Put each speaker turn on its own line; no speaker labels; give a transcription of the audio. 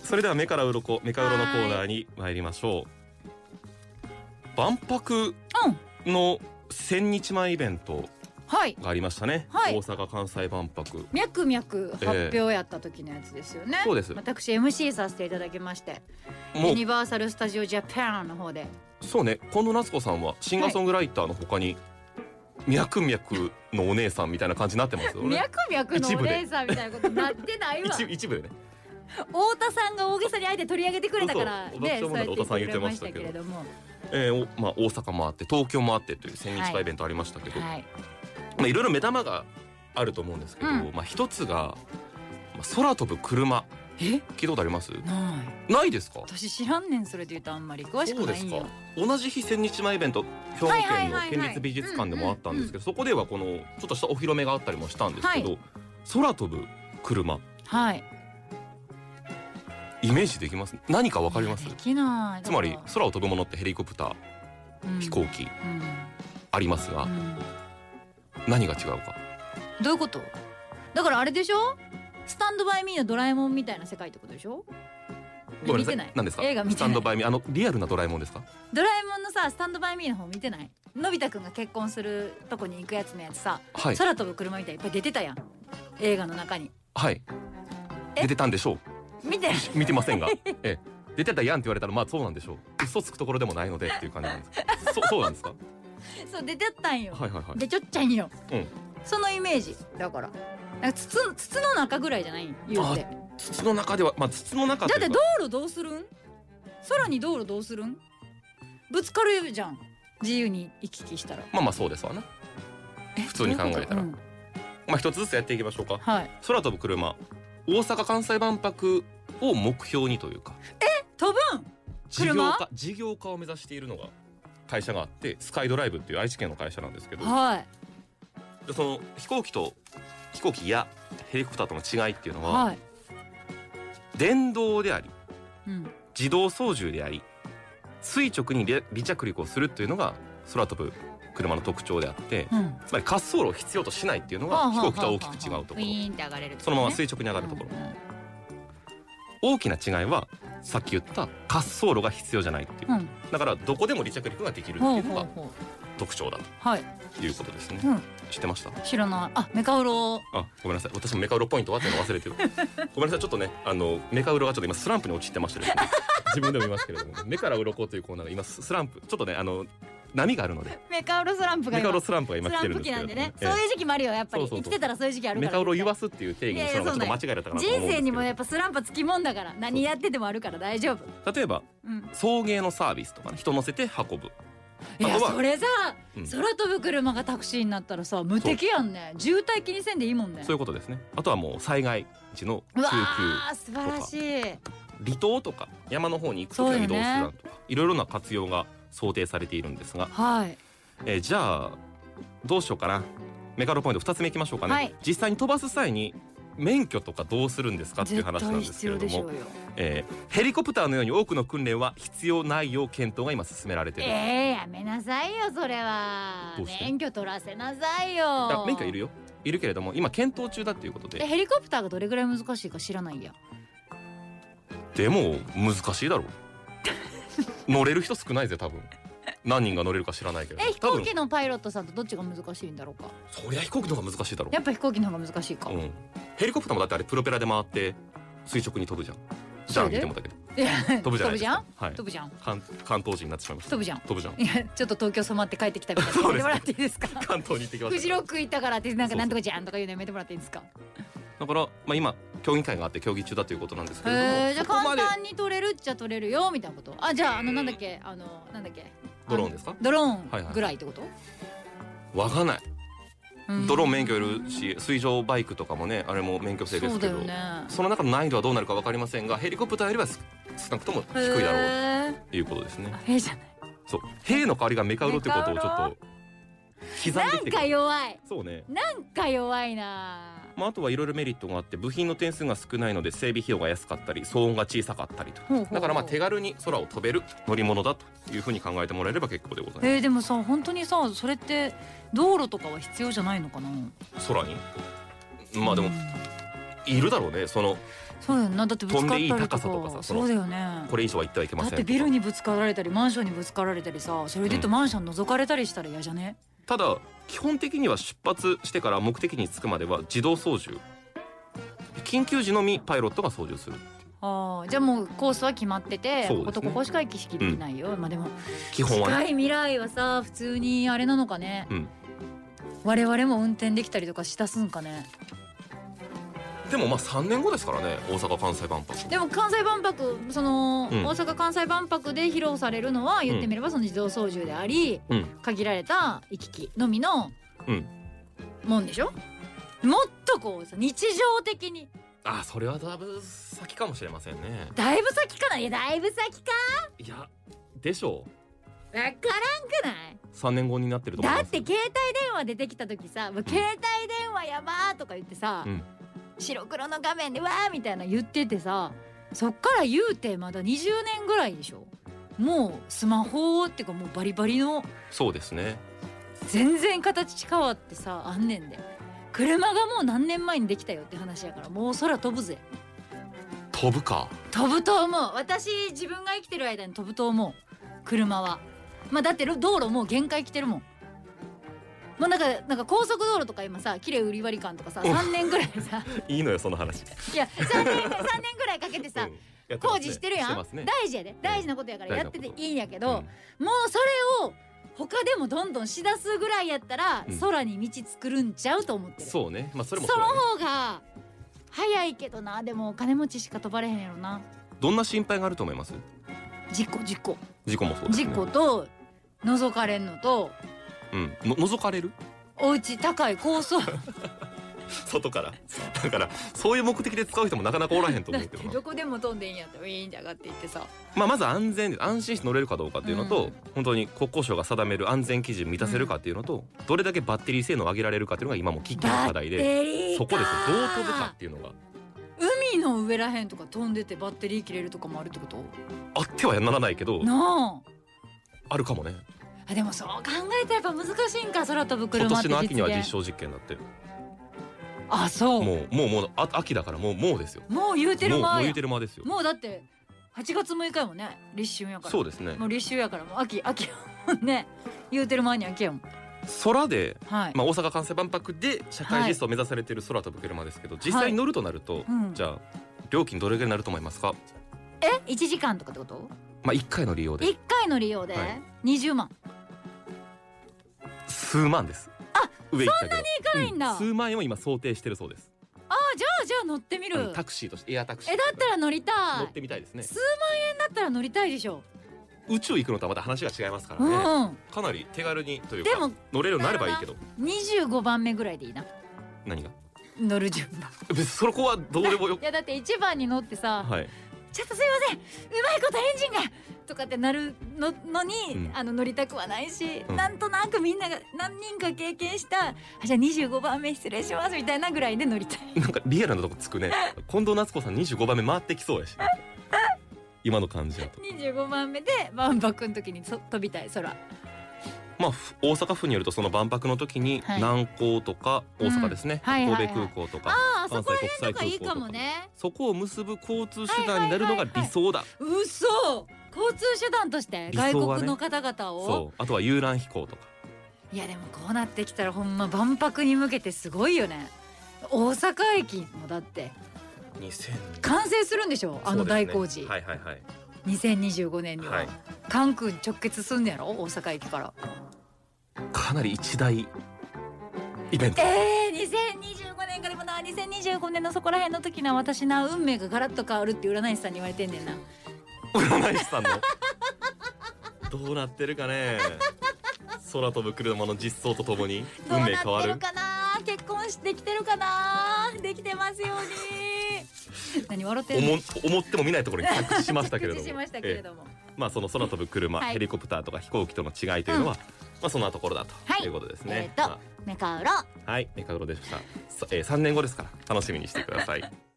それでは目から鱗メカウロのコーナーに参りましょう万博
うん
の千日前イベント
はい
がありましたね、
はい
大阪関西万博
ミャクミャク発表やった時のやつですよね、
そうです
私 MC させていただきまして
も
ユ
う
ニバーサル・スタジオ・ジャパンの方で
そうね近藤夏子さんはシンガーソングライターの他に、ミャクミャクのお姉さんみたいな感じになってますよ
ミ
ね
ャクミャクの
一
お
部で
姉さんみたいなことなってないわ
一
太
部一部でね
田さんが大げさにあえて取り上げてくれたから
そうそう
ね
私は
そう
まだ
や
太田さん言って
くれ
ましたけど
れども
えーおまあ、大阪もあって東京もあってという千日前イベントありましたけど、
はい
まあ、いろいろ目玉があると思うんですけど、
うん
まあ、一つが、まあ、空飛ぶ車
え
聞いたことあります
ない
ないですか
私知らんねんそれで言うとあんまり詳し
そ
く
うで
ない
す
ん
か
よ
同じ日千日前イベント兵庫
はいは
県
い
の
はいはい
県立美術館でもあったんですけどそこではこのちょっとしたお披露目があったりもしたんですけど、
は
空飛ぶ車
はい
イメージできます何かわかります
できない
つまり空を飛ぶものってヘリコプター飛行
機
機ありますが何が違うか
どういうことだからあれでしょスタンドバイミーのドラえもんみたいな世界ってことでしょ
ごめんな
見
さ
て
い
ない
何ですか
映画見
ス
て
タ
な
ン
い
ドバイミーあのリアルなドラえもんですか
ドラえもんのさスタンドバイミーの方見てないのび太くんが結婚するとこに行くやつのやつさ、
はい
空飛ぶ車みたいにいっぱい出てたやん映画の中に
はい
え
出てたんでしょう
見てない
見てま せんが、ええ、出てたやんって言われたらまあそうなんでしょう嘘つくところでもないのでっていう感じなんですかそそうなんですか
そう出てったんよ、
はいはいはい
でちょっちゃいんよ、
うん
そのイメージだからなんか筒筒の中ぐらいじゃないん言うて
筒の中ではまあ筒の中と
だっ
い
て
う
道
か
路どうするん空に道路どうするんぶつかるじゃん自由に行き来したら
まあまあそうですわな普
普
通に考えたら
うん、
まあ一つずつやっていきましょうか
はい
空飛ぶ車大阪関西万博を目標にというか
飛ぶん
事業
車
化事業化を目指しているのが会社があってスカイドライブっていう愛知県の会社なんですけど
はい
でその飛行機と飛行機やヘリコプターとの違いっていうのは、
はい
電動であり
うん
自動操縦であり垂直に離離着陸をするというのが空飛ぶ車の特徴であって
うん
つまり滑走路を必要としないっていうのが飛行機とは大きく違うところ
ウィーンって上がれるとこ
そ
ろ
のまま
ね
垂直に上がるところ
うん
大きな違いはさっき言った滑走路が必要じゃないっていううんだからどこでも離着陸ができるって
ほ
いううの
ほう
が
ほう
特徴だ
はい
ということですね
うん
知ってました
知らないあメカウロ
あごめんなさい私もメカウロポイントはっていうの忘れて るごめんなさいちょっとねあのメカウロがちょっと今スランプに陥ってまして ですね自分でも言いますけれども目から鱗というコーナーが今ススランプちょっとねあの波があるので
メカウロスランプが
メカ
今
ウロスランプが今
ス
来
ラ
て
ン
るん
プ
ですけれど
期なん
も
で
ね
ね
え
そういう時期もあるよやっぱり
そうそう
生
そ
き
う
てたらそういう時期あ
え
るか
メ
ら
カウロ言わすっていう定義にしたのがちょっと間違えたかなと思うん
人
です
生
け
にもやっ
ど
ぱスランプつきもんだから何やっててもあるから大丈夫
例えば
うん
送迎のサービスとかね人乗せて運ぶ
いや
あとは
それさ
うんそう
空飛ぶ車がタクシーになったらさ無敵やんね渋滞気にせんでいいもんね
いうことですねあとはもう災害時の
う
救急
わー素晴らしい
離島とか山の方に行く時の移動手
そうよ
段とかいろいろな活用が想定されているんですが
はい
えーじゃあどうしようかなメカロポイント2つ目いきましょうかね、
はい
実際に飛ばす際に免許とかどうするんですかっていう
絶
話なん
対
です
必
けれ
要
ど
でしょ
も
うよ
えーヘリコプターのように多くの訓練は必要ないよう検討が今進められている、
えー、やめなさいよそれは
どうして
免許取らせなさい
いや
よ
免許いるよいるけれども今検討中だっていうこと
え
で
ヘリコプターがどれぐらい難しいか知らないや
でも難しいだろう 乗れる人少ないぜ多分何人が乗れるか知らないけど
え飛
多
行
分
機のパイロットさんとどっちが難しいんだろうか
そりゃ飛行機の方が難しいだろ
やっぱ飛行機の方が難しいか、
う、うん、ヘリコプターもだってあれプロペラで回って垂直に飛ぶじゃんじゃん
そうだ
見
よ
てもだけど
いや
飛ぶじゃないですかはい
飛ぶじゃん
関関東人になってしまいました
飛ぶじゃん
飛ぶじゃん
いやちょっと東京染まって帰ってきたみたいな
そうですね
やめてもらっていいですか
関東に行ってきま
フ
し
ジ
た
ロック行ったからってなんかなんとかじゃんとか言うのやめてもらっていいですか
だから、まあ、今競技会があって競技中だということなんですけれども
へえじゃあ
そこま
簡
で
単に取れるっちゃ取れるよみたいなことあじゃああのなんだっけあのなんだっけ
ドローンですか
ドロ
はい
ー
はい
ンぐらいってこと、
わかんない
うん
ドローン免許いるし水上バイクとかもねあれも免許制で
そ
す
う
け
だ
ど
よ
そ,、の
ね
中の難易度はどうなるかわかりませんがヘリコプターよりはす少なくとも低いだろう
へえ
ということですね
あへえじゃない
そう兵の代わりがメカウロってことをちょっ
メカウ
と刻んで
な
き
ん
て
か弱い
そうね
なんか弱いな
まあ、あとはいろいろメリットがあって部品の点数が少ないので整備費用が安かったり騒音が小さかったりと
ほうほうほう
だからまあ手軽に空を飛べる乗り物だというふうに考えてもらえれば結構でござい
えー、でもさ本当にさそれって道路とかは必要じゃないのかな
ます空にまあでも
うん
いるだろうねその
そうやんなだってぶつかったりと
飛ん
か
でいい高さとかさその
そうだよね
これ以上は言ってはいけま
だ
せん
ってビル
とか
にぶつかられたりマンションにぶつかられたりさそれで言うとマンション覗かれたりしたら嫌じゃね、
ただ基本的には出発してから目的に着くまでは自動操縦緊急時のみパイロットが操縦する
ああじゃあもうコースは決まって
そうで
て、
すね
こことここしか行き来できないよ、まあでも
基本は
近い
ね
未来はさ普通にあれなのかね、
うん
我々も運転できたりとかしたすんかね
でもまあ3年後ですからね大阪・関西万博
でも関西万博その、
うん
大阪・関西万博で披露されるのは言ってみればその自動操縦であり、
うん
限られた行き来のみの
うん
もんでしょ、もっとこうさ日常的に
ああそれはだいぶ先かもしれませんね
だいぶ先かないやだいぶ先か
いやでしょう
わからんくない
3年後になってると思い
だ
ま
っ
す
て携帯電話出てきた時さ「うわ携帯電話やばー」とか言ってさ、
うん
白黒の画面で「わー」みたいな言っててさそっから言うてまだ20年ぐらいでしょもうスマホっていうかもうバリバリの
そうですね
全然形変わってさあんねんで車がもう何年前にできたよって話やからもう空飛ぶぜ
飛ぶか
飛ぶと思う私自分が生きてる間に飛ぶと思う車はまあだってろ道路もう限界来てるもんもうなんかなんか高速道路とか今さ綺麗売り割り感とかさ
うん
3年ぐらい さ
いいのよその話
いや3年ぐらい三年ぐらいかけてさ、
うんやっますね
工事してるや
し
ん、
てますね
大事やで大事なことやからやってていいんやけど、
うん
もうそれを他でもどんどんしだすぐらいやったら、
うん
空に道作るんちゃうと思ってる
そうねまあそれも
そ
そう
の
だね
方が早いけどなでもお金持ちしか飛ばれへんやろな
どんな心配があると思います
事故事故
事故もそうです
事
ね
故と覗かれんのと
うんの覗かれる
お家高い高層だ
外からだからそういう目的で使う人もなかなかおらへんと思
っ
うけ
て
どな
どこでも飛んでいいんやったらウィーンって上がっていってさ
まあまず安全安心して乗れるかどうかっていうのと、
うん
本当に国交省が定める安全基準満たせるかっていうのと、どれだけバッテリー性能を上げられるかっていうのが今も喫緊の課題で
で
そこですよどう飛ぶかっていうのが
海の上らへんとか飛んでてバッテリー切れるとかもあるってこと
あってはならないけど
な
あるかもね
ああでもそう考えたらやっぱ難しいんか空飛ぶ
今
車っ
年
て
の秋には実
現
証実験だって
あそう
も
も
うもうもうあ秋だからもうもうですよ
う言うて
も
る
うもう
前
言
や
うてる間ですよ
もうだって8月6日やもんね立春やから
そうですね
もう立秋やからもう秋秋やもんね言うてる前に秋やもん
空で、
はい、
まあ、大阪・関西万博で社会実装を目指されてる空飛ぶ車ですけど、実際に乗るとなると、
うん
じゃあ料金どれぐらいになると思いますか、
え1時間とかってこと
まあ、1回の利用で
一回の利用で
はい
20万、
数万ですあ上行ったけど
そんなにいかないんだ
う数万円を今想定してるそうです
ああじゃあじゃあ乗ってみ
あ
る
のタクシーとしてエアタクシー
えだったら乗りた
乗
い
ってみたいですね
数万円だったら乗りたいでしょ、
宇宙行くのとはまた話が違いますから
う
ね、
ん
かなり手軽にというか
でも
乗れるようになればいいけど
25番目ぐらいでいいな
何が
乗る順番
別にそこはどうでもよ
いやだって1番に乗ってさ、
はい
ちょっとすいませんうまいことエンジンがとかってなるののに、
うん
あの乗りたくはないし、
うん
なんとなくみんなが何人か経験したあじゃあ25番目失礼しますみたいなぐらいで乗りたい
なんかリアルなとこつくね近藤夏子さん25番目回ってきそうやし今の感じだと
25番目で万博の時にそ飛びたい空
まあふ大阪府によるとその万博の時に
はい
南港とか大阪ですね、
うんはいはいはい
神戸空港とか、
ああそこら辺とか
関
い
西国際
い
空港
か
と
も
か
ね
そこを結ぶ交通手段になるのが理想だ、
嘘交通手段として
理想はね
外国の方々を、
そうあとは遊覧飛行とか
いやでもこうなってきたらほんま万博に向けてすごいよね大阪駅もだって
2000
完成するんでしょあの大工事、
はいはいはい
2025年には、
はい
関空に直結すんねやろ大阪駅から
かなり一大イベント
えー、2025年からもな2025年のそこら辺の時な私な運命がガラッと変わるって占い師さんに言われてんねんな
占い師さんのどうなってるかね空飛ぶ車の実装とともに
どう
運
な
命変
っ
わ
て
る
るかな結婚してきてるかなできてますよ うに何笑ってんの
思思っても見ないところに着地しましたけれども
着地しましたけれども、
ええまあその空飛ぶ車、
はい
ヘリコプターとか飛行機との違いというのは、まあそんなところだと、
はい
い、うことです
え
ね
ー、とメカウロ
まあはいメカドロでした、そえー、3年後ですから楽しみにしてください